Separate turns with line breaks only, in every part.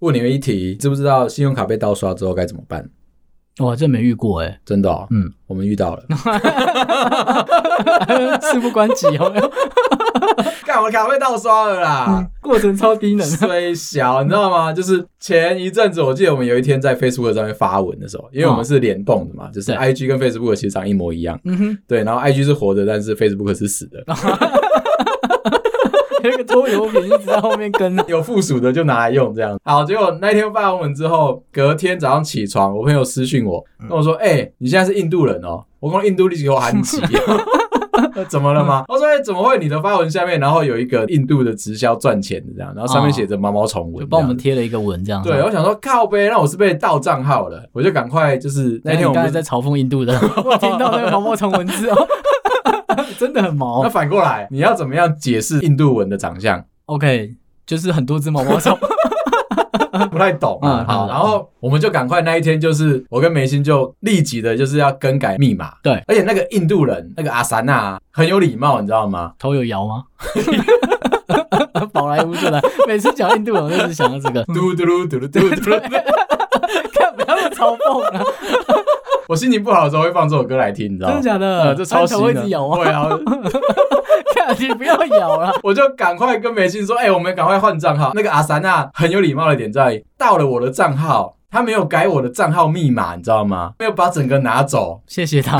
问你们一题，知不知道信用卡被盗刷之后该怎么办？
哇，这没遇过哎、
真的、哦，
嗯，
我们遇到了。
事不关己 哦，
干，我卡被盗刷了 啦！
过程超低能。
虽小，你知道吗？就是前一阵子，我记得我们有一天在 Facebook 上面发文的时候，因为我们是联动的嘛，就是
对
IG 跟 Facebook 其实长一模一样。
嗯哼，
对，然后 IG 是活的，但是 Facebook 是死的。
有一个拖油瓶一直在后面 跟，
有附属的就拿来用，这样。好，结果那天发完文之后，隔天早上起床，我朋友私讯我，
嗯
跟我说：“哎、你现在是印度人哦？”我讲印度立即给我喊起。 怎么了吗？我说、哎，怎么会？你的发文下面，然后有一个印度的直销赚钱的这样，然后上面写着毛毛虫文，
哦就帮我们贴了一个文这样。
这样。对，我想说靠呗，那我是被盗账号了，我就赶快就是那
那
天
天
我
哎我刚才
们
在嘲讽印度的， 我听到那个毛毛虫文字哦， 真的很毛
那。反过来，你要怎么样解释印度文的长相？
OK，就是很多只毛毛 虫。
不太懂啊。
嗯
好，
嗯
然后我们就赶快那一天，就是我跟梅心就立即的就是要更改密码。
对
而且那个印度人，那个阿萨纳很有礼貌，你知道吗？
头有摇 吗？宝莱坞就来，每次讲印度人，我就是想到 这个。
嘟嘟噜嘟噜嘟噜嘟 噜。
看，不要那么嘲讽啊！
我心情不好的时候会放这首歌来听，你知道
真
吗
的？假的？
呃，这超
那
新
头会一
的，
直咬 啊！
对啊，
看，你不要咬了。
我就赶快跟梅心说，哎、我们赶快换账号。那个阿萨纳很有礼貌的点在于，到了我的账号，他没有改我的账号密码，你知道吗？没有把整个拿走，
谢谢 他。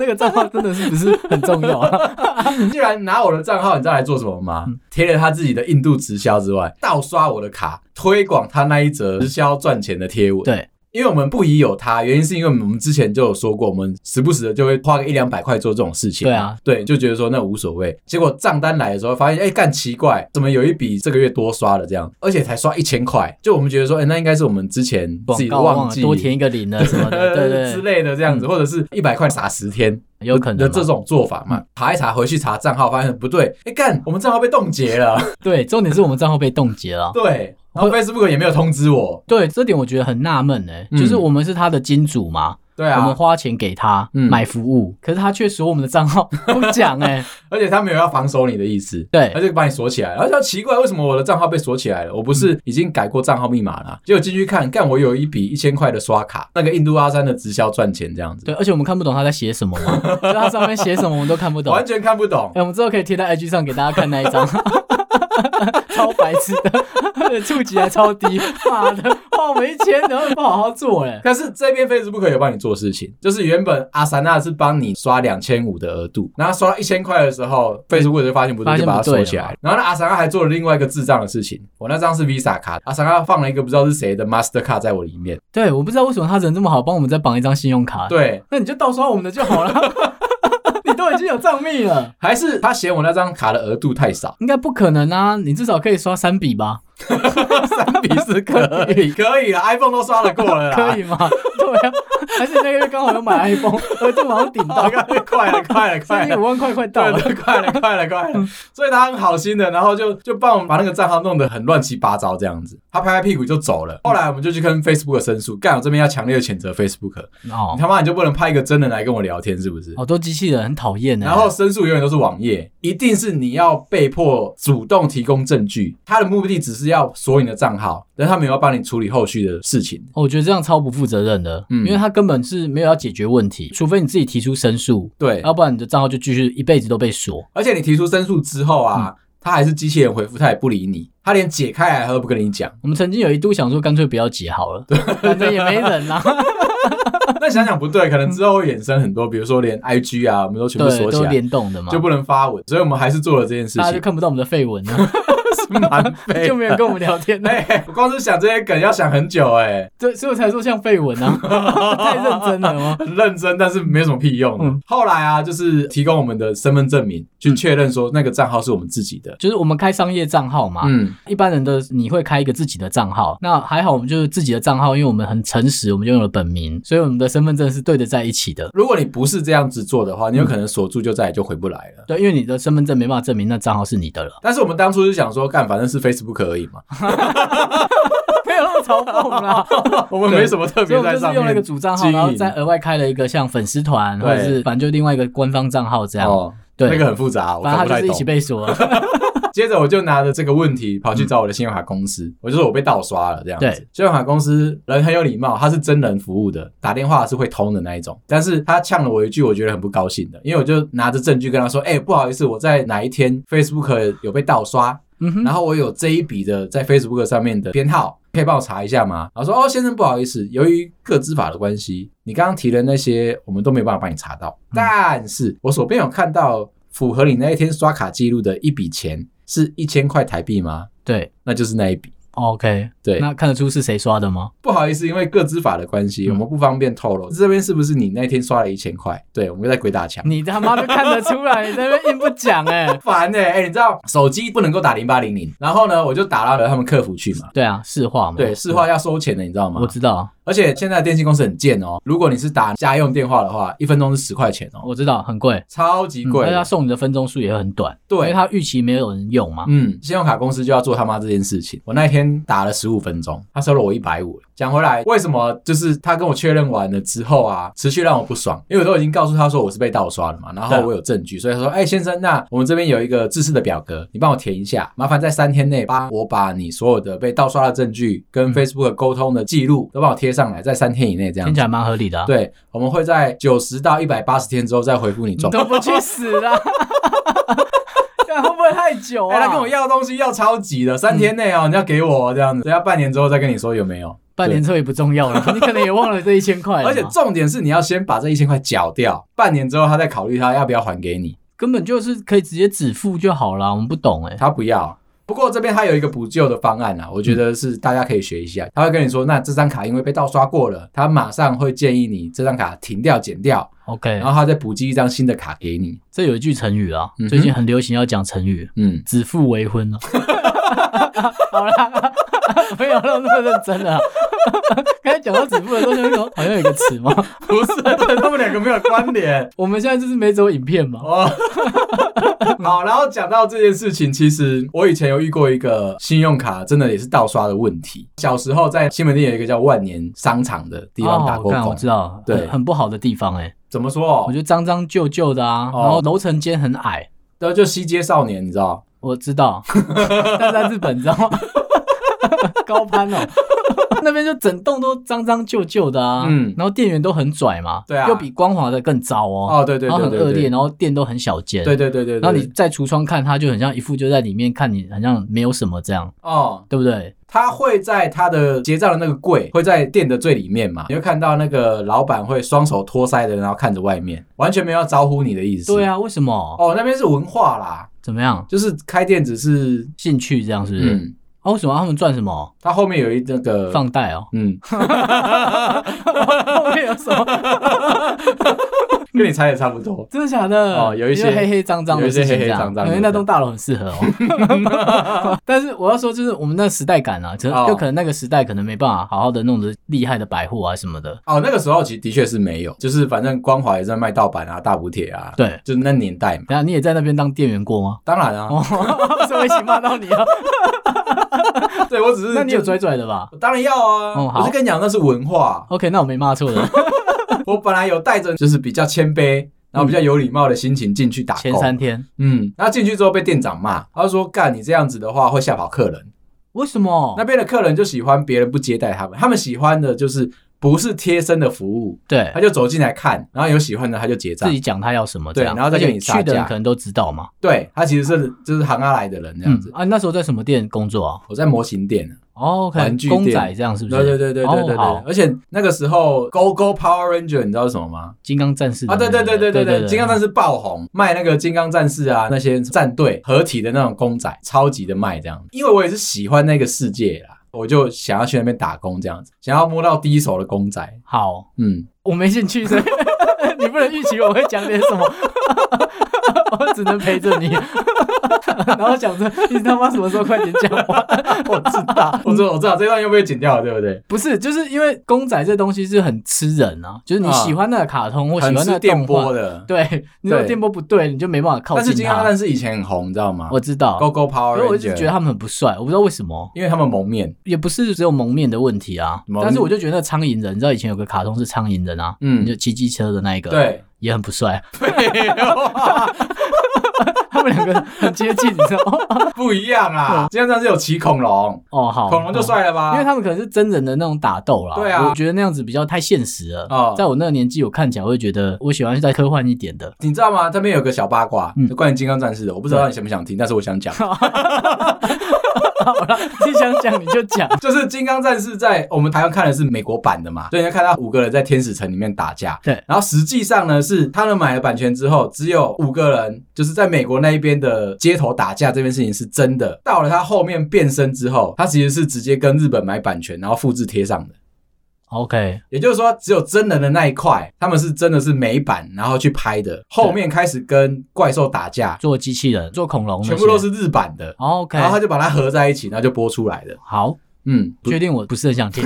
那个账号真的是不是很重要啊？
你居然拿我的账号，你知道来做什么吗？
嗯
贴了他自己的印度直销之外，盗刷我的卡，推广他那一则直销赚钱的贴文。，
对，
因为我们不疑有他，原因是因为我们之前就有说过，我们时不时的就会花个一两百块做这种事情。
对啊，
对，就觉得说那无所谓。结果账单来的时候，发现哎，干、奇怪，怎么有一笔这个月多刷了这样，而且才刷一千块，就我们觉得说，哎、那应该是我们之前自
广
己
告忘了
记
多填一个零了什么 的，对对嗯
之
对，
类的这样子，或者是一百块撒十天，
有可
的
能嘛啊
这种做法嘛。查一查，回去查账号，发现不对，哎、干，我们账号被冻结了。
对，重点是我们账号被冻结了。
对，然后 Facebook 也没有通知我。
对，这点我觉得很纳闷哎，
嗯
就是我们是他的金主嘛，
对
我们
啊，
花钱给他
嗯
买服务，可是他却锁我们的账号 不讲哎，
而且他没有要防守你的意思。
对
他，就把你锁起来，然后就奇怪，为什么我的账号被锁起来了？我不
嗯
是已经改过账号密码了、结果进去看，干我有一笔一千块的刷卡，那个印度阿三的直销赚钱这样子，
对，而且我们看不懂他在写什么 嘛，所以他上面写什么我们都看不懂。
完全看不懂
哎、。我们之后可以贴在 IG 上给大家看那一张， 超白痴的， 触及还超低，妈的，花我们一千，然后不好好做哎、
但是这边 Facebook 有帮你做事情，就是原本阿三娜是帮你刷两千五的额度，然后刷到一千块的时候，Facebook 就发现不
发
对，就
现
把它
不对
锁
了
起来
嘛。
然后那阿三娜还做了另外一个智障的事情，我那张是 Visa 卡，阿三娜放了一个不知道是谁的 Master 卡在我里面，
对，我不知道为什么他人这么好，帮我们再绑一张信用卡。，
对，
那你就盗刷我们的就 好了。你都已经有账密了，
还是他嫌我那张卡的额度太少
，应该不可能啊！你至少可以刷三笔吧？
三笔是可以，可以啦 i p h o n e 都刷得过了啦，
可以吗？对啊，而且那个月刚好有买 iPhone，额 度好像顶
好，
到，
快了，快 了，
所
快
以
了
五。万块快到
对
了。
对， 快了，快了，快 了！所以他很好心的，然后就就帮我们把那个账号弄得很乱七八糟这样子。他拍拍屁股就走了。后来我们就去跟 Facebook 申诉，干我这边要强烈的谴责 Facebook，
哦
你他妈你就不能派一个真人来跟我聊天是不是？
好多机器人很讨厌呢。欸
然后申诉永远都是网页，一定是你要被迫主动提供证据，他的目的只是要锁你的账号，但他没有要帮你处理后续的事情。
哦我觉得这样超不负责任的，
嗯
因为他根本是没有要解决问题，除非你自己提出申诉，
对，
要不然你的账号就继续一辈子都被锁。
而且你提出申诉之后啊，
嗯
他还是机器人回复，他也不理你，他连解开来他都不跟你讲。
我们曾经有一度想说，干脆不要解好了，反正也没人啊啦、
那想想不对，可能之后会衍生很多，比如说连 IG 啊，我们都全部
嗯对，
锁起
都
来，
联动的嘛，
就不能发文，所以我们还是做了这件事
大家就
情，
看不到我们的绯闻了，啊
蛮废
就没有跟我们聊天了，
哎、我光是想这些梗要想很久、哎，
对，所以我才说像绯闻 啊，太认真了哦吗？
很认真，但是没有什么屁用。
嗯
后来啊，就是提供我们的身份证明，去确认说那个账号是我们自己的。
就是我们开商业账号嘛，
嗯，
一般人的你会开一个自己的账号，那还好我们就是自己的账号，因为我们很诚实，我们就用了本名，所以我们的身份证是对得在一起的。
如果你不是这样子做的
嗯
话，你有可能锁住就再也就回不来了。
对，因为你的身份证没办法证明那账号是你的了。
但是我们当初就想说，干反正是 Facebook 而已 嘛，
没有那么嘲讽啦，
我们没什么特
所以
别
我们
在
就是
上面。
用了一个主账号，
经营
然后再额外开了一个像粉丝团，
对
或者是反正就另外一个官方账号这样。
哦，
啊对
那个很复杂，我
反正
搞
他
不
就
太
是一
懂
起。被锁了，啊
接着我就拿着这个问题跑去找我的信用卡公司，我就说我被盗刷了这样子。
对，
信用卡公司人很有礼貌，他是真人服务的，打电话是会通的那一种。但是他呛了我一句，我觉得很不高兴的，因为我就拿着证据跟他说：“哎、不好意思，我在哪一天 Facebook 有被盗刷，
嗯哼，
然后我有这一笔的在 Facebook 上面的编号，可以帮我查一下吗？”然后说：“哦，先生，不好意思，由于个资法的关系，你刚刚提的那些我们都没有办法帮你查到，
嗯
但是我手边有看到符合你那一天刷卡记录的一笔钱是一千块台币吗？
对
那就是那一笔。”
，OK，
对，
那看得出是谁刷 的吗？
不好意思，因为个资法的关系，
嗯
我们不方便透露。这边是不是你那天刷了一千块？对，我们又在鬼打墙，
你他妈都看得出来，你在那边硬不讲哎、
烦呢、欸。哎、你知道手机不能够打零八零零，然后呢，我就打到了他们客服去嘛。
对啊，市话嘛，
对，市话要收钱的，你知道吗
我？知道，
而且现在的电信公司很贱哦，如果你是打家用电话的话，一分钟是十块钱哦，
我知道，很贵，
超级
嗯
贵
而且
的。
他送你的分钟数也会很短，因为
对，
他预期没有人用嘛。
嗯，信用卡公司就要做他妈这件事情。我那一天打了十五分钟，他收了我一百五。讲回来，为什么就是他跟我确认完了之后啊，持续让我不爽，因为我都已经告诉他说我是被盗刷的嘛，然后
对啊
我有证据，所以他说，哎、先生，那我们这边有一个自式的表格，你帮我填一下，麻烦在三天内帮我把你所有的被盗刷的证据跟 Facebook 沟通的记录都帮我贴上来，在三天以内这样
嗯听起。来蛮合理的、啊。，
对，我们会在九十到一百八十天之后再回复你状态。
都不去死啦！看会不会太久
哎、
啊？
他跟我要东西要超级的，三天内哦、你要给我这样子，等下半年之后再跟你说有没有。
半年之后也不重要了，你可能也忘了这一千块了嘛，
而且重点是你要先把这一千块缴掉，半年之后他再考虑他要不要还给你，
根本就是可以直接止付就好了。我们不懂哎、
他不要。不过这边他有一个补救的方案啊，我觉得是大家可以学一下。他会跟你说，那这张卡因为被盗刷过了，他马上会建议你这张卡停掉、剪掉，
OK，
然后他再补寄一张新的卡给你。
这有一句成语啊，
啊嗯哼
最近很流行要讲成语
嗯，
“指腹为婚”啊。 好啦， 没有那么认真了。 刚才讲到指腹的时候，就说好像有一个词吗？
不是，他们两个没有关联。
我们现在就是没走影片嘛。
哦， 好，然后讲到这件事情，其实我以前有遇过一个信用卡真的也是盗刷的问题。小时候在西门町有一个叫万年商场的地方打
哦
过
干
工，
我知道，
对
很很不好的地方哎、
怎么说？
我觉得脏脏旧旧的啊，
哦
然后楼层间很矮，
然后就西街少年，你知道？
我知道， 但在日本你知道吗？ 高攀哦， 那边就整栋都脏脏旧旧的啊，
嗯
然后店员都很拽嘛，
对啊
又比光华的更糟哦，
哦，对对
然后
对
很
对
恶
对，
劣，然后店都很小间，
对对对对，
然后
对
你在橱窗看，他就很像一副就在里面看你，好像没有什么这样，
哦，
对不对？
他会在他的结账的那个柜，会在店的最里面嘛？你会看到那个老板会双手托腮的，然后看着外面，完全没有要招呼你的意思。
对，啊，为什么？
哦，那边是文化啦，
怎么样？
就是开店只是
兴趣这样是不是？
嗯，
啊，为什么他们赚什么？
他后面有一那个，
放贷哦
嗯，
后面哦有什么？
跟你猜的差不多。
真的假 的？
哦有一些
就黑黑脏脏的
有一些
事情这
黑黑
样
脏脏的
因为那栋大楼很适合哦。 但是我要说，就是我们那时代感啊，可能
哦
就可能那个时代可能没办法好好的弄得厉害的百货啊什么的。
哦，那个时候其实的确是没有，就是反正光华也在卖盗版啊、大补贴啊，，
对，
就是那年代嘛。
然后你也在那边当店员过 吗？
当然啊，
哦，所以我一起骂到你啊？
对我只是
那你
就
有拽拽的吧
我当然要啊！
哦好
我是跟你讲，那是文 化。
？OK，那我没骂错的，
我本来有带着就是比较谦卑，然后比较有礼貌的心情进去打
前
工。
三天
嗯，然后进去之后被店长骂，他就说：“干你这样子的话会吓跑客人。
为什么
那？边的客人就喜欢别人不接待他们，他们喜欢的就是不是贴身的服务，
对
他。就走进来看，然后有喜欢的他就结
自
账。
己讲他要什么这
对
样，
然后再
而且
跟你杀
去的人
价
可能都知道嘛。
对他其实是就是行阿来的人这样
嗯
子。
啊，你那时候在什么店工作啊
我在模型店，
哦？OK，
玩具店
公仔这样是不
对
是？
对对对对对对，
哦好
而且那个时候 Go Go Power Ranger 你知道是什么吗？
金刚战士的
啊，对
那
对
个
对对对对，金刚
士。
战士爆红，卖那个金刚战士啊，那些战队合体的那种公仔，超级的卖这样。因为我也是喜欢那个世界啦，我就想要去那边打工这样子，想要摸到第一手的公仔。
好，
嗯，
我没兴趣， 所以你不能预期我会讲点什 么，我只能陪着你， 然后想着你他妈什么时候快点讲话。
我知道， 我知道，我知道这段又被剪掉了，对不对？
不是，就是因为公仔这东西是很吃人啊，就是你
啊
喜欢那个卡通或喜
很
欢那
吃
个
电
动
波
画，
的，
对，你如果
对
电波不对，你就没办法靠
但是
近
金刚
他。
战士以前很红，你知道吗
我知道，
？Go Go
可
Power
是
Ranger，
我一直觉得他们很不帅，我不知道为什么。
因为他们蒙面，
也不是只有蒙面的问题啊，
蒙
但是我就觉得那苍蝇人，你知道以前有个卡通是苍蝇人啊，
嗯
你就骑机车的那一个，，
对，
也很不帅，
没有啊
他们们两个很接近，你知道吗？
不一样啦。 今天这样是有骑恐龙，
哦，好，
恐龙就
哦
帅了吧？
因为他们可能是真人的那种打斗啦，
对啊
我觉得那样子比较太现实了。
哦
在我那个年纪，我看起来会觉得我喜欢再科幻一点的。
你知道吗？这边有个小八卦，
嗯
关于金刚战士的，我不知道你想不想听，但是我 想讲，
好了，你想讲你就讲。
就是金刚战士在我们台湾看的是美国版的嘛，所以你看到五个人在天使城里面打架，
对
然后实际上呢是他们买了版权之后，只有五个人就是在美国那一边的街头打架这件事情是真的，到了他后面变身之后，他其实是直接跟日本买版权，然后复制贴上的。
OK，
也就是说，只有真人的那一块，他们是真的是美版，然后去拍的。后面开始跟怪兽打架，
做机器人，做恐龙那些，
全部都是日版的。
OK
然。后他就把它合在一起，然后就播出来的。
好，
嗯，不
确定我不是很想听。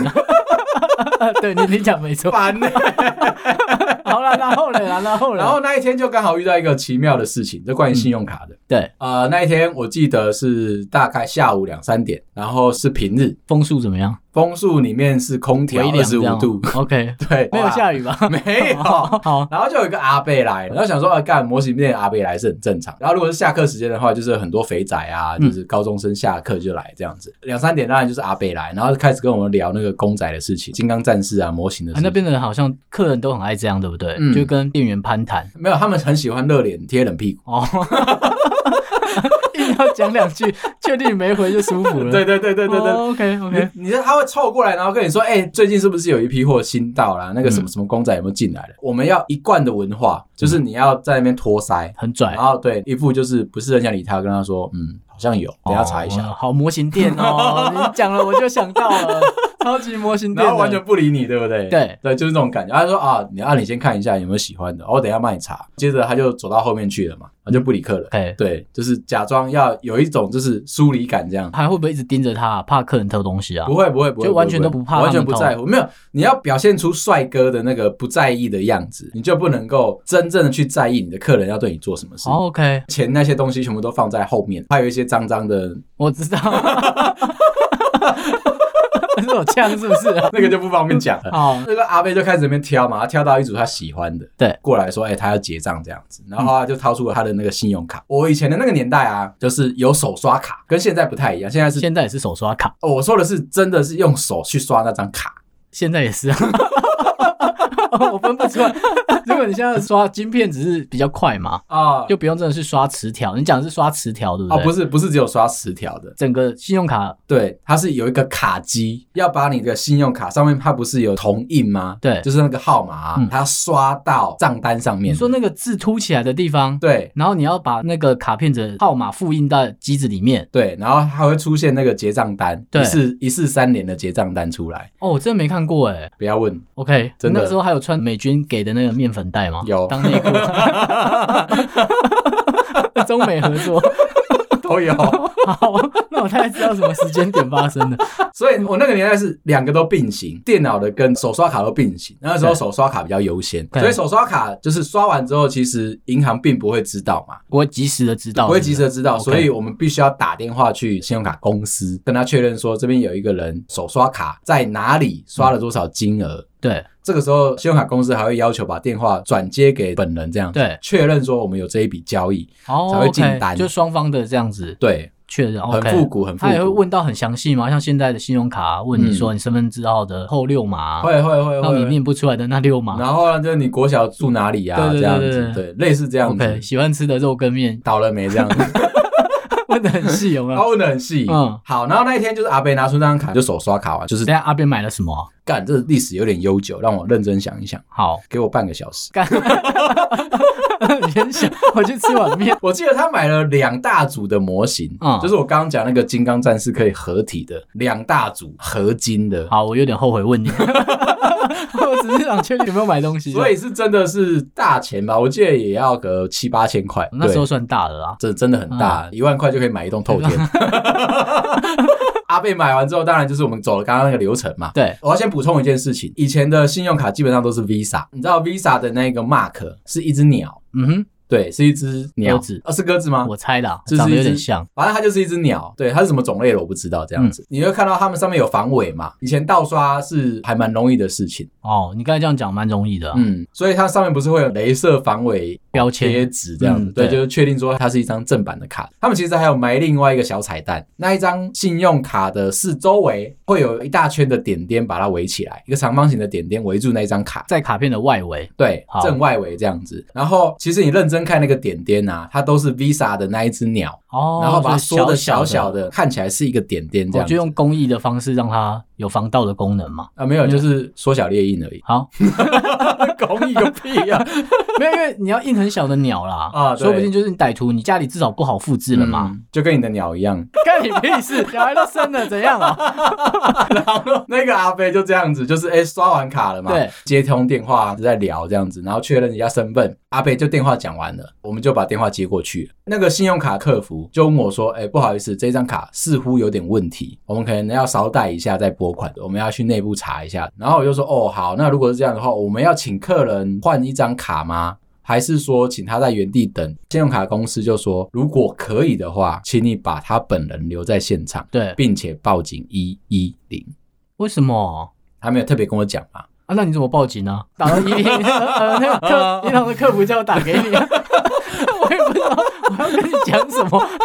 对你，你讲没错。
烦呢。
哦好了，然后嘞，然后嘞，
然后那一天就刚好遇到一个奇妙的事情，就关于信用卡的。
对
呃，那一天我记得是大概下午两三点，然后是平日，
风速怎么样？
风速里面是空调
微
二
凉
十
这
五
样
度，
OK，
对，
没有
雨，
下雨吧？
没 有。
好，
然后就有一个阿贝来，然后想说，啊，干模型店阿贝来是很正常。然后如果是下课时间的话，就是很多肥仔啊，
嗯
就是高中生下课就来这样子，两三点当然就是阿贝来，然后开始跟我们聊那个公仔的事情、金刚战士啊、模型的
啊
事情。
那边的人好像客人都很爱这样，对不对？
嗯
就跟店员攀谈。
没有，他们很喜欢热脸贴冷屁股。
哦，硬要讲两句，确定你没回就舒服了。
对对对对对对。
o k 哦 OK，
你你知道他会凑过来，然后跟你说：“哎、最近是不是有一批货新到啦？那个什
嗯
么什么公仔有没有进来了？”我们要一贯的文化，就是你要在那边托腮，
很拽
然。后对一副就是不是很想理他，跟他说：“嗯，好像有，等一下查一下。
哦好，模型店哦，你讲了我就想到了，超级模型店
然
的，
后完全不理你，对不对？
对
对，就是那种感觉。他说啊，你啊，你先看一下有没有喜欢的，哦我、等一下帮你查。接着他就走到后面去了嘛，他就不理客人。
OK。
对，就是假装要有一种就是疏离感这样。
还会不会一直盯着他、怕客人偷东西啊
不？会不会不会，
就完全
会
都不怕
会完全
他
不
们
在乎。没有，你要表现出帅哥的那个不在意的样子，你就不能够真正的去在意你的客人要对你做什么事。
哦 OK，
钱那些东西全部都放在后面，还有一些脏脏 的，
我知道，是我呛是不是 啊？
那个就不方便讲了。
好，
那个阿贝就开始在那边挑嘛，他挑到一组他喜欢的，
对，
过来说，哎、他要结账这样子，然后他就掏出了他的那个信用卡。我以前的那个年代啊，就是有手刷卡，跟现在不太一样，现在是。
现在也是手刷卡，
哦，我说的是真的是用手去刷那张卡，
现在也是啊。 我分不出来，如果你现在刷晶片只是比较快嘛，
啊
就不用真的是刷磁条。你讲的是刷磁条，对不
哦，
哦对？
不是不是只有刷十条的，
整个信用卡
对，它是有一个卡机，要把你的信用卡上面它不是有铜印吗？
对
就是那个号码啊、
嗯
它刷到账单上面。
你说那个字凸起来的地方，
对
然后你要把那个卡片的号码复印到机子里面。
对，然后它会出现那个结账单，
对
一四一四三连的结账单出来，
哦，我真的没看过哎。
不要问
OK，
真的
那时候还有穿美军给的那个面粉袋吗？
有
当内裤。 中美合作，
都 有。
好，那我大概知道什么时间点发生的。
所以我那个年代是两个都并行，电脑的跟手刷卡都并行。那时候手刷卡比较优先，
对
所以手刷卡就是刷完之后，其实银行并不会知道嘛，
我会及时的知道，
不会及时的知道，
OK
所以我们必须要打电话去信用卡公司跟他确认说，这边有一个人手刷卡在哪里刷了多少金额。
对
这个时候，信用卡公司还会要求把电话转接给本人，这样子
对，
确认说我们有这一笔交易。
哦
才会
OK，
进单
就双方的这样子
对，
确认
很
，OK，
复古，很复
他也会
古。嗯
问到很详细吗？像现在的信用卡，问你说你身份证号的后六码，
会会会
让你
会。
念不出来的那六码。
然后呢，就是你国小住哪里呀、
啊对
这
对
样
对对
子，对，类似这样
OK，
子。
喜欢吃的肉羹面
倒了没这样子，
问的很细，有没
他
有？
问的很细。
嗯
好，然后那一天就是阿贝拿出那张卡，就手刷卡完，就是
等一下阿边买了什么啊？
干，这历史有点悠久，让我认真想一想，
好，
给我半个小时。
干，你先想，我去吃碗面。
我记得他买了两大组的模型，
嗯
就是我刚刚讲那个金刚战士可以合体的两大组合金的，
好，我有点后悔问你， 我只是想确定有没有买东西。
所以是真的是大钱吧？我记得也要个七八千块，
那时候
对
算大了啦。
这真的很大，
嗯
一、万块就可以买一栋透天。 阿贝买完之后，当然就是我们走了刚刚那个流程嘛。
对，
我要先补充一件事情，以前的信用卡基本上都是 Visa，你知道 Visa 的那个 mark 是一只鸟，
嗯
对，是一只鸟，
鸽子
啊，是鸽子吗
哼，？我猜的啊，
就是
长得有
一
点
只
像。
反正它就是一只鸟，对，它是什么种类的我不知道，这样子，
嗯
你会看到它们上面有防伪嘛？以前盗刷是还蛮容易的事情，嗯
哦，你刚才这样讲蛮容易的啊。
嗯，所以它上面不是会有镭射防伪
标
贴
签，
纸这样子，
嗯
对，
对
就是确定说它是一张正版的卡。他们其实还有埋另外一个小彩蛋，那一张信用卡的四周围会有一大圈的点点把它围起来，一个长方形的点点围住那一张卡。
在卡片的外围。
对，
好
正外围这样子。然后其实你认真看那个点点啊，它都是 Visa 的那一只鸟，
哦，
然后把它
就是
缩的
小
小小
的，
的，看起来是一个点点这
我
样
就
子。
用公益的方式让它有防盗的功能嘛。。
啊，没有，就是缩小猎印而已 嗯
好，
拱你个屁
啊
呀、
没有，因为你要印很小的鸟啦，
啊对
说不定就是你歹徒，你家里至少不好复制了嘛。
嗯就跟你的鸟一样。
干你屁事，小孩都生了，怎样啊？
那个阿飞就这样子，就是哎、刷完卡了嘛，
对，
接通电话在聊这样子，然后确认人家身份，阿飞就电话讲完了，我们就把电话接过去。那个信用卡客服就问我说：“哎、不好意思，这张卡似乎有点问题，我们可能要稍待一下再拨款，我们要去内部查一下。”然后我就说：“哦，好，那如果是这样的话，我们要请客人换一张卡吗？”还是说请他在原地等？信用卡公司就说，如果可以的话，请你把他本人留在现场，
对，
并且报警一一零。
为什么？
他没有特别跟我讲嘛。
啊，那你怎么报警呢、打到一 零，呃，那个
啊
客，银行的客服叫我打给你、 啊，我也不知道我要跟你讲什 么。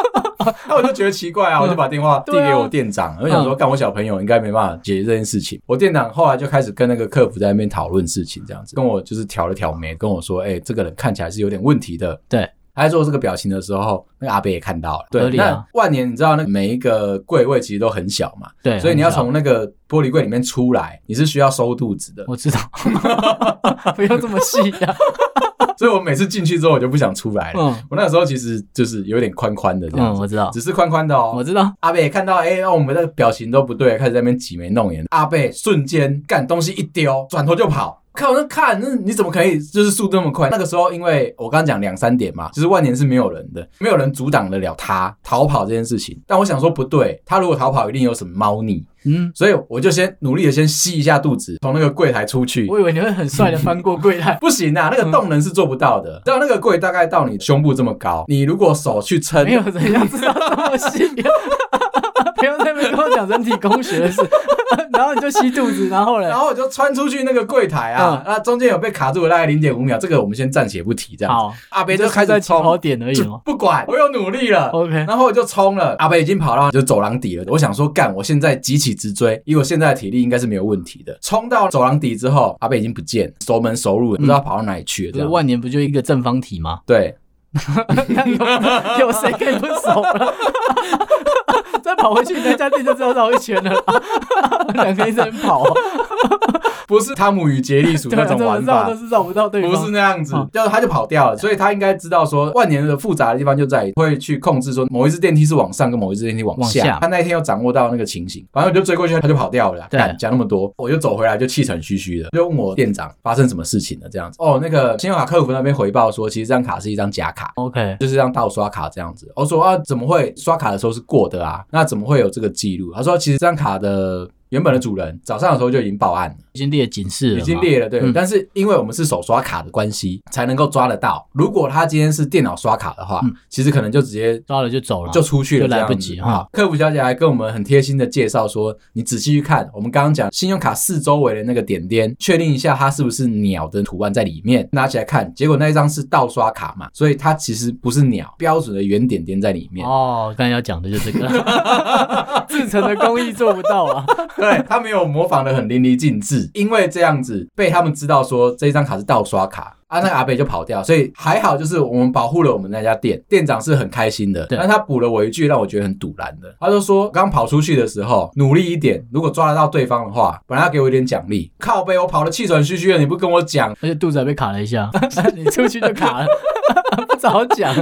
那我就觉得奇怪啊，我就嗯把电话递给我店长，我就想说，干我小朋友应该没办法解决这件事情。我店长后来就开始跟那个客服在那边讨论事情，这样子跟我就是挑了挑眉，跟我说，哎、这个人看起来是有点问题的。
对。
他在做这个表情的时候，那个阿北也看到了。
合
对，
理啊
那万年你知道，那每一个柜位其实都很小嘛，
对，
所以你要
很少
从那个玻璃柜里面出来，你是需要收肚子的。
我知道， 不要这么细呀、
所以我每次进去之后，我就不想出来了。
嗯
我那个时候其实就是有点宽宽的这样
嗯，
子，
我知道，
只是宽宽的哦，
我知道，
阿贝也看到，哎、哦我们的表情都不对，开始在那边挤眉弄眼。阿贝瞬间干东西一丢，转头就跑。看我那看，那你怎么可以就是速度那么快？那个时候，因为我刚刚讲两三点嘛，就是万年是没有人的，没有人阻挡得了他逃跑这件事情。但我想说不对，他如果逃跑一定有什么猫腻，
嗯，
所以我就先努力的先吸一下肚子，从那个柜台出去。，
我以为你会很帅的翻过柜台
不行啊，那个
嗯
动能是做不到的。到那个柜大概到你胸部这么高，你如果手去撑
没，有人要知道这么细、啊 不要在那边跟我讲人体工学的事， 然后你就吸肚子，然后嘞
然，后我就穿出去那个柜台啊
嗯，
那、中间有被卡住了大概零点五秒，这个我们先暂且不提，这样。
好，
阿贝
你
就开
是在
始
起跑
冲，
点而已
就
嘛。
不管，我有努力了。
OK，
然后我就冲了，阿贝已经跑到就走廊底了。我想说，干，我现在急起直追，以我现在的体力应该是没有问题的。冲到走廊底之后，阿贝已经不见，熟门熟路，不
嗯
知道跑到哪里去了。
不
这
是
样、？
万年不就一个正方体吗
对，
有有谁可以不熟了？再跑回去你那家店就知道绕一圈了 啦，两个一直 跑，
不是汤姆与杰利鼠
对
那
啊，
种
这
玩
么
法，
绕都是绕不到对方。
不是那样子
嗯，
就是他就跑掉了，所以他应该知道说万年的复杂的地方就在于会去控制说某一只电梯是往上跟某一只电梯往下。
往下
他那一天有掌握到那个情形，反正我就追过去，他就跑掉了啦。
对
干讲那么多，我就走回来就气喘吁吁的，就问我店长发生什么事情了这样子。哦，那个信用卡客服那边回报说，其实这张卡是一张假卡。
OK，
就是让盗刷卡这样子，我说啊，怎么会刷卡的时候是过的啊？那怎么会有这个记录？他说，其实这张卡的原本的主人早上的时候就已经报案了。
已经列警示了嘛，
已经列了，对。
嗯
但是因为我们是手刷卡的关系，才能够抓得到。如果他今天是电脑刷卡的话，
嗯
其实可能就直接。
抓了就走了，
就出去了，
就来不
这样
及
子
哈
好客服小姐还跟我们很贴心的介绍说，你仔细去看，我们刚刚讲信用卡四周围的那个点点，确定一下它是不是鸟的图案在里面，拿起来看，结果那一张是倒刷卡嘛，所以它其实不是鸟，标准的圆点点在里面。
哦，刚才要讲的就是这个， 自成的工艺做不到啊。
对他没有模仿的很淋漓尽致，因为这样子被他们知道说这张卡是盗刷卡。啊，那个阿北就跑掉，所以还好，就是我们保护了我们那家店，店长是很开心的。
对
但他补了我一句，让我觉得很堵然的，他就说刚跑出去的时候努力一点，如果抓得到对方的话，本来要给我一点奖励。靠背，我跑得气喘吁吁的，你不跟我讲，
而且肚子还被卡了一下， 你出去就卡了， 不早讲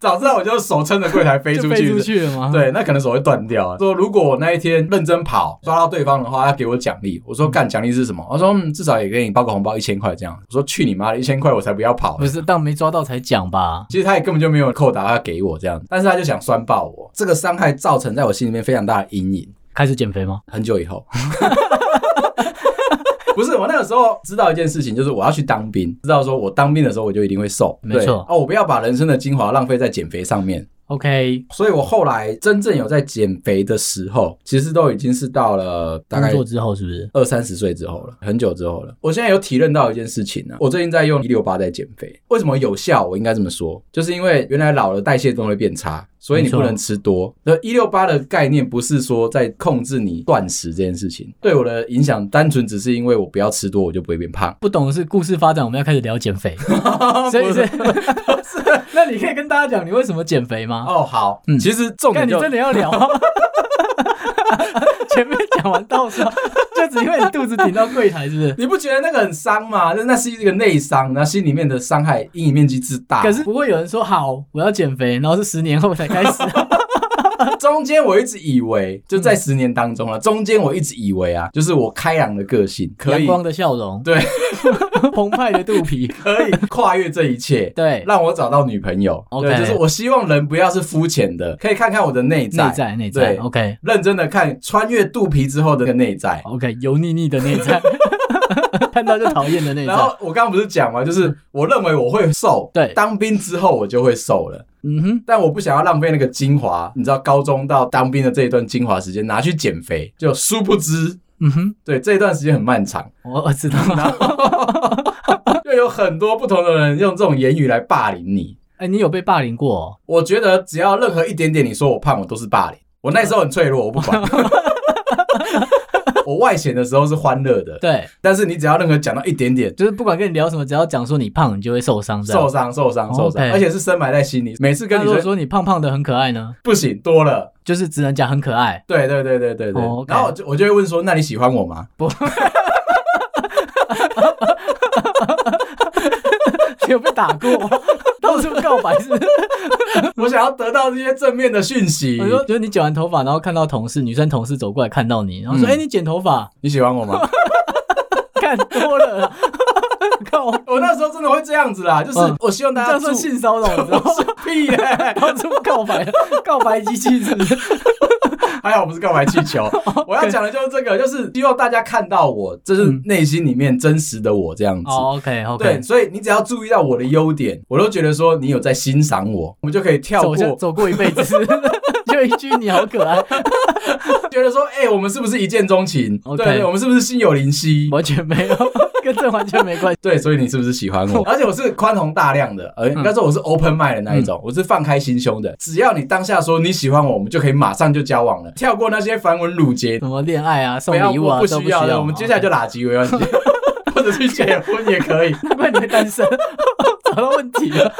早知道我就手撑着柜台飞
就
出
飞
去
出。去了吗？，
对，那可能手会断掉啊。说如果我那一天认真跑抓到对方的话，要给我奖励。我说干奖励是什么？他说嗯，至少也给你包个红包一千块这样。我说去你妈的，一千块我才不要跑
不。是，但没抓到才讲吧？
其实他也根本就没有扣打他给我这样，但是他就想酸爆我，这个伤害造成在我心里面非常大的阴影。
开始减肥吗？
很久以后。 不是，我那个时候知道一件事情，就是我要去当兵，知道说我当兵的时候我就一定会瘦，
没错
对哦，我不要把人生的精华浪费在减肥上面。
OK，
所以我后来真正有在减肥的时候，其实都已经是到了大
工
概
作之后是不是？
二三十岁之后了，很久之后了。我现在有体认到一件事情啊呢、我最近在用一六八在减肥，为什么有效？我应该这么说，就是因为原来老了代谢都会变差，所以你
没错
不能吃多。那一六八的概念不是说在控制你断食这件事情，对我的影响单纯只是因为我不要吃多，我就不会变胖。
不懂的是故事发展，我们要开始聊 减肥，所以是，那你可以跟大家讲你为什么减肥吗？
哦，好，
嗯
其实重点
看你
就
真的要聊 吗？前面讲完到时候就只因为你肚子顶到柜台是不是？
你不觉得那个很伤吗？那那是一个内伤，然后心里面的伤害阴影面积之大。
可是不会有人说好我要减肥，然后是十年后才开始。
中间我一直以为，就
嗯
在十年当中了，啊中间我一直以为啊，就是我开朗的个性 可
阳
以
光的笑容，
对，
澎湃的肚皮，。
可以跨越这一切
对，
让我找到女朋友
OK
对，就是我希望人不要是肤浅的，可以看看我的内在，
内在内在
对
，OK
认真的看穿越肚皮之后的内在。
OK，油腻腻的内在， 看到就讨厌的内
然
在。
后我刚刚不是讲嘛，就是我认为我会瘦，
对
当兵之后我就会瘦了，
嗯哼，
但我不想要浪费那个精华，你知道，高中到当兵的这一段精华时间拿去减肥，就殊不知，
嗯哼，
对这一段时间很漫长，
我我知道 了。
就有很多不同的人用这种言语来霸凌你。
哎，你有被霸凌过哦？
我觉得只要任何一点点你说我胖，我都是霸凌。我那时候很脆弱，我不 管。我外显的时候是欢乐的，
对，
但是你只要任何讲到一点点，
就是不管跟你聊什么，只要讲说你胖，你就会受伤。这样
受。伤、受伤、
哦
受伤，
对
而且是深埋在心里。每次跟
那
你
如果
说
说你胖胖的很可爱呢，
不行，多了。
就是只能讲很可 爱。
对对对对对对
哦，OK
然后我就我就会问说，那你喜欢我吗？
你有被打 过？到处告白是 不是？
我想要得到这些正面的讯息
我。说，就是你剪完头发，然后看到同事，女生同事走过来看到你，然后说：“
嗯
哎、你剪头发，
你喜欢我吗？
看多了啦， 靠，
我那时候真的会这样子啦，就是
嗯
我希望
这
大家
样算
注
性骚扰，你知道 吗？
屁嘞、
到处告白，告白机器 是不是？
还哎好不是告白气 球，我要讲的就是这个，就是希望大家看到我，这是
嗯
内心里面真实的我这样子。
哦，OK，OK、
对，所以你只要注意到我的优点，我都觉得说你有在欣赏我，我们就可以跳
走
过，
下走过一辈子， 就一句你好可爱，
觉得说，哎、我们是不是一见钟情
OK
对对，我们是不是心有灵犀？
完全没有， 跟这完全没关系。
对，所以你是不是喜欢我？而且我是宽宏大量的，
嗯
呃，应该说我是 open mind 的那一种，我是放开心胸的。只要你当下说你喜欢我，我们就可以马上就交往了，跳过那些繁文缛节，
什么恋爱啊，送
不要
礼物啊，
不
都
需
需
要
要。
了，我们接下来就垃圾没关系， 或者去结婚也可以。
难怪你会单身， 找到问题了。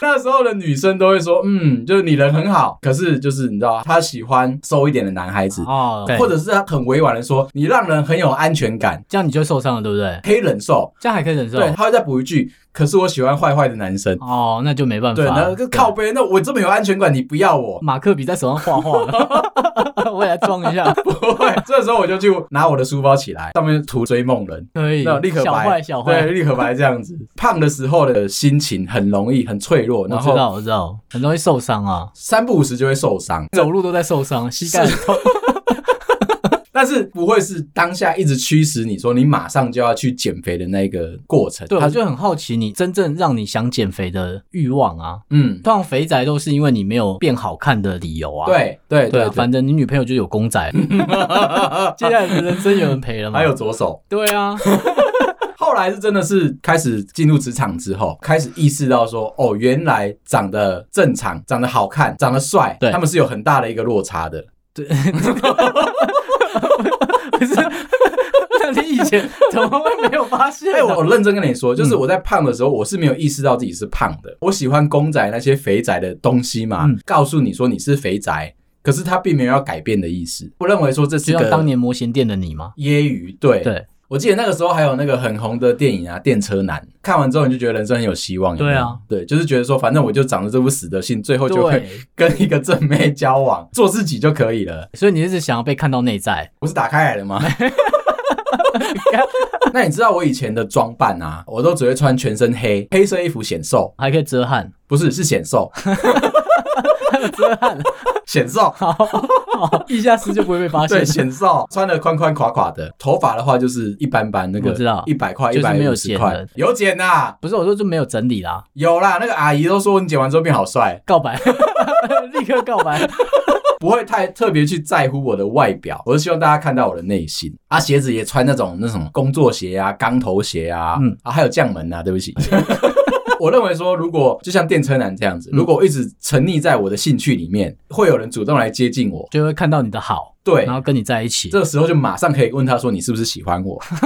那时候的女生都会说，嗯，就是你人很好，可是就是你知道，她喜欢瘦一点的男孩子，
哦，
或者是她很委婉的说，你让人很有安全感，
这样你就会受伤了，对不对？
可以忍受。
这样还可以忍受。
对，她会再补一句，可是我喜欢坏坏的男生。
哦，那就没办法。
对，那个靠背，那我这么有安全感，你不要我？
马克笔在手上画画了， 我也来装一下，
不会，这时候我就去拿我的书包起来，上面涂追梦人。
可以
那立刻白，
小坏小坏
对，。立刻白这样子。 胖的时候的心情很容易很脆弱，
我
然
知
后
道，我知道，很容易受伤啊，
三不五时就会受伤。
走路都在受伤，膝盖很痛。
但是不会是当下一直驱使你说你马上就要去减肥的那个过程。
对，
它
我就很好奇，你真正让你想减肥的欲望啊，
嗯，
通常肥宅都是因为你没有变好看的理由啊。
对对
对
对
啊，反正你女朋友就有 公仔， 接下来你的人生有人陪了嘛？
还有左手。
对啊，
后来是真的是开始进入职场之后，开始意识到说，哦，原来长得正常、长得好看、长得帅，
对
他们是有很大的一个落差的。
不是， 那你以前怎么会没有发现啊
哎、
呢？
我我认真跟你说，就是
嗯
我在胖的时候，我是没有意识到自己是胖的。我喜欢公仔那些肥宅的东西嘛，
嗯
告诉你说你是肥宅，可是他并没有要改变的意思。我认为说这是
就像
个
当年模型店的你吗？
揶揄，对。
对
我记得那个时候还有那个很红的电影啊，《电车男》，看完之后你就觉得人生很有希望。有没有
对啊，
对，就是觉得说，反正我就长了这副死德性，最后就会
对，
跟一个正妹交往， 做自己就可以了。
所以你一直想要被看到内在，
不是打开来的 吗？那你知道我以前的装扮啊，我都只会穿全身黑，黑色衣服显瘦，
还可以遮 汗。
不是是显瘦，
遮汗，
显瘦，
好，好，一下丝就不会被发现
对，，显瘦，穿的宽宽垮垮的，头发的话就是一般般，那个
我知道
一百块、
就
一
是
百
没有
五
剪
十
的
块，有剪呐、啊
不是我说就没有整理啦，
有啦，那个阿姨都说你剪完之后变好帅，
告白， 立刻告白。
不会太特别去在乎我的外表，我是希望大家看到我的内心。啊，鞋子也穿那种那什么工作鞋啊、钢头鞋啊，
嗯
啊还有降门啊，对不起。 我认为说，如果就像电车男这样
嗯
子，如果我一直沉溺在我的兴趣里面，会有人主动来接近我。
就会看到你的好，
对
然，后跟你在一起
这。个时候就马上可以问他说：“你是不是喜欢我？”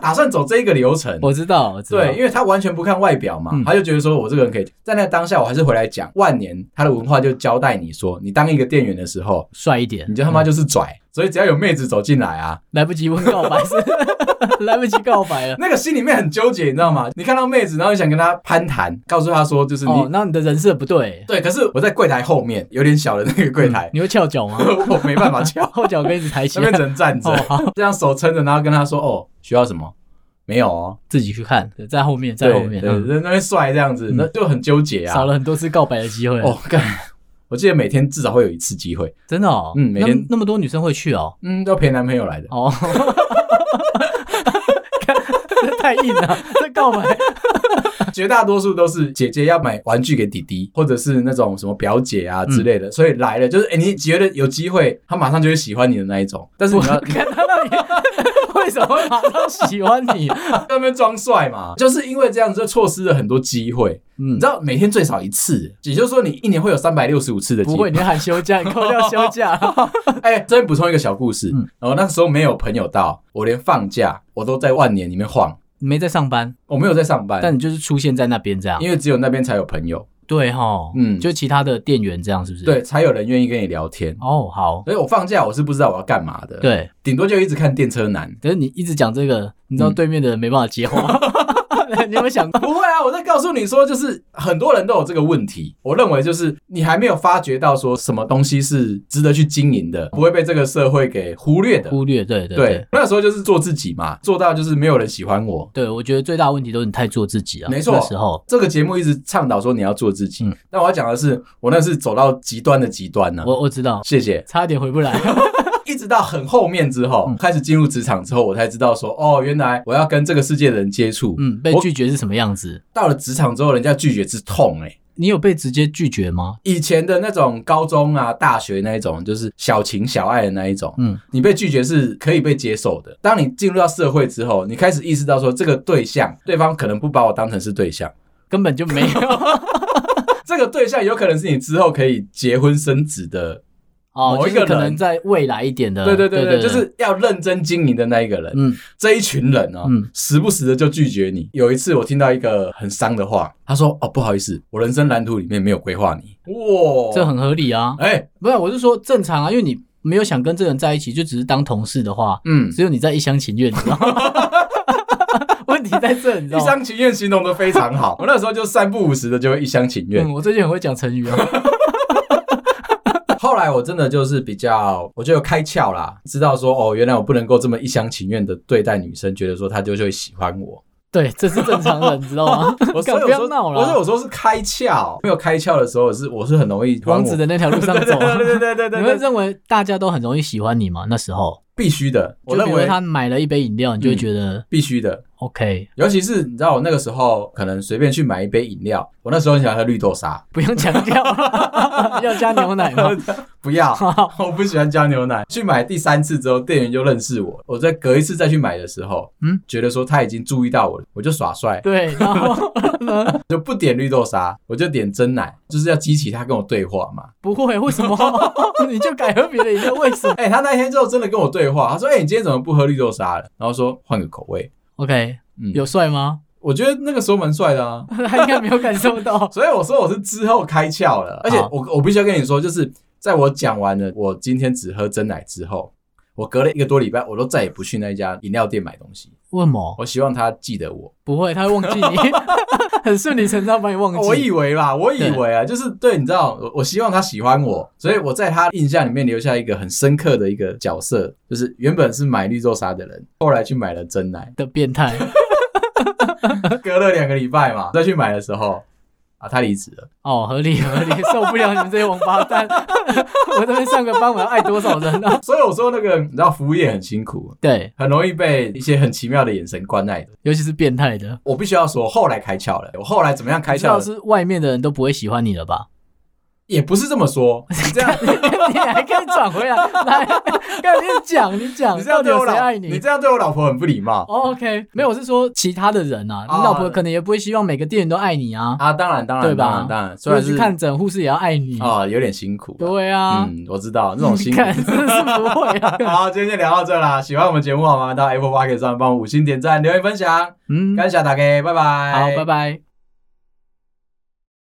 打算走这一个流程。
我知道，我知道。
对，因为他完全不看外表嘛，
哦啊嗯
他就觉得说我这个人可以在那当下，我还是回来讲万年他的文化就交代你说，你当一个店员的时候，
帅一点，嗯
你就他妈就是拽，所以只要有妹子走进来 啊，
来不及问告白是， 来不及告白了。
那个心里面很纠结，你知道吗？你看到妹子，然后啊你想跟她攀谈，告诉她说就是你、
哦，那你的人设不对，嗯
对，可是我在柜台后面有点小的那个柜台，
你会翘 脚吗？，
我没办法敲
后脚跟一直抬起
那边只
来，
能站着，
哦好
这样手撑着，然后跟她说哦需要什么。没有哦，
自己去看，对在后面，在
对
后面，
对，
嗯
在那边帅这样子，
嗯
那就很纠结啊。
少了很多次告白的机会。
哦，干， 我记得每天至少会有一次机会，
真的哦，
嗯每
那
天
那么多女生会去哦，
嗯，都陪男朋友来的。
哦， 这太硬 了，这告白
绝大多数都是姐姐要买玩具给弟弟，或者是那种什么表姐啊
嗯
之类的，所以来了就是，哎、你觉得有机会，他马上就会喜欢你的那一种。但是
我
你要
看他到底为什么会马上喜欢 你？
在那边装帅嘛，就是因为这样子就错失了很多机会。
嗯
你知，道每天最少一次，也就是说你一年会有三百六十五次的机
不会，
会
你。喊休假，你扣掉 休假，
哎、这边补充一个小故事，
嗯
然后那时候没有朋友到，我连放假我都在万年里面晃，
你没在上班，
我没有在上班，
但你就是出现在那边这样。
因为只有那边才有朋友，
对哈，
嗯
就其他的店员这样是不是？，
对，才有人愿意跟你聊天。
哦，好，
所以我放假我是不知道我要干嘛的，，
对。
顶多就一直看电车男。
可是你一直讲这个，你知道
嗯
对面的人没办法接话， 你有没有想过？
不会啊，我在告诉你说，就是很多人都有这个问题。我认为就是你还没有发觉到说什么东西是值得去经营的，不会被这个社会给 忽略的。
忽略，对对
对，那时候就是做自己嘛，做到就是没有人喜欢我。
对，我觉得最大问题都是你太做自己啊。
没错
那时候
这个节目一直倡导说你要做自己
嗯，
那、我要讲的是，我那是走到极端的极端呢、啊
我我知道，
谢谢。
差点回不 来。
一直到很后面之后，开始进入职场之后，我才知道说，哦，原来我要跟这个世界的人接触。
嗯，被
我
拒绝是什么样子？
到了职场之后，人家拒绝之痛哎、欸
你有被直接拒绝吗？
以前的那种高中啊、大学那一种，就是小情小爱的那一种，
嗯，
你被拒绝是可以被接受的。当你进入到社会之后，你开始意识到说，这个对象，对方可能不把我当成是对象，
根本就没有
这个对象有可能是你之后可以结婚生子的，
哦，
某
就
一个
是可
人
能在未来一点的，
对对嗯对对，就是要认真经营的那一个人。
嗯，
这一群人哦，
嗯
时不时的就拒绝你。有一次我听到一个很伤的话，他说：“哦，不好意思，我人生蓝图里面没有规划你。”哇，
这很合理啊。
哎、
不是，我是说正常啊，因为你没有想跟这个人在一起，就只是当同事的话，
嗯，
只有你在一厢情愿，你知道吗？ 问题在这，你知
一
道吗？
厢情愿形容的非常好，我那时候就三不五时的就会一厢情愿。
嗯，我最近很会讲成语啊。
后来我真的就是比较，我就有开窍啦，知道说哦，原来我不能够这么一厢情愿的对待女生，觉得说她就会喜欢我。
对，这是正常人，你知道 吗？
我
干
所以
不
我说
要，闹
我所以
了。
我说是开窍，没有开窍的时候是我是很容易
王子的那条路上 走，啊
对对对对对
你
对
会
对
认为大家都很容易喜欢你吗？那时候，
必须的，我
就
认
比如说
为
他买了一杯饮料，你就
嗯
会觉得
必须的。
OK，
尤其是你知道我那个时候可能随便去买一杯饮料，我那时候很想喝绿豆沙，
不用强调， 要加牛奶吗？
不 要，我不喜欢加牛奶。去买第三次之后，店员就认识我。我在隔一次再去买的时候，
嗯
嗯，觉得说他已经注意到我了，我就耍帅，
对，然 后呢？
就不点绿豆沙，我就点真奶，就是要激起他跟我对话嘛。
不会，为什么？ 你就改喝别的饮料，为什么
哎、他那天就真的跟我对话，他说：“哎、你今天怎么不喝绿豆沙了？”然后说换个口味。
？OK，
嗯，
有，帅吗？
我觉得那个时候蛮帅的啊。
他应该没有感受到。
所以我说我是之后开窍了，而且
好
我我必须要跟你说，就是在我讲完了我今天只喝真奶之后，我隔了一个多礼拜，我都再也不去那一家饮料店买东西。
为什么？
我希望他记得我。
不会，他会忘记你， 很顺理成章把你忘
哦我
记。
以为啦，我以
对，
为啊，就是对，你知道，我我希望他喜欢我，所以我在他印象里面留下一个很深刻的一个角色，就是原本是买绿豆沙的人，后来去买了真奶
的变态，
隔了两个礼拜嘛，再去买的时候。啊，他离职了，
哦，合理合理，受不了你们这些王八蛋！ 我这边上个班，我要爱多少人 啊？
所以我说那个，你知道服务业很辛苦，
对，
很容易被一些很奇妙的眼神关爱的。
尤其是变态的，
我必须要说，后来开窍了，我后来怎么样开
至少
窍的？
是外面的人都不会喜欢你了吧？
也不是这么说，你这样
你还可以转回来，来， 赶紧讲，你讲，
你这样
到底
对我
有谁
老
爱
你这样对我老婆很不礼貌
o k 哦没有，我是说其他的人啊，
哦
你老婆可能也不会希望每个店员都爱你啊，
啊！当然当
对
然
吧
当然当然，虽
所以
然
去
是
看诊，护士也要爱你。
啊有点辛苦，
对啊，
嗯，我知道这 种辛苦。
看真的是不会啊。
好，今天就聊到这啦。喜欢我们节目好吗？到 Apple Park 上帮我们五星点赞、留言、分享，
嗯，
感谢大家，拜拜。
好，拜。拜。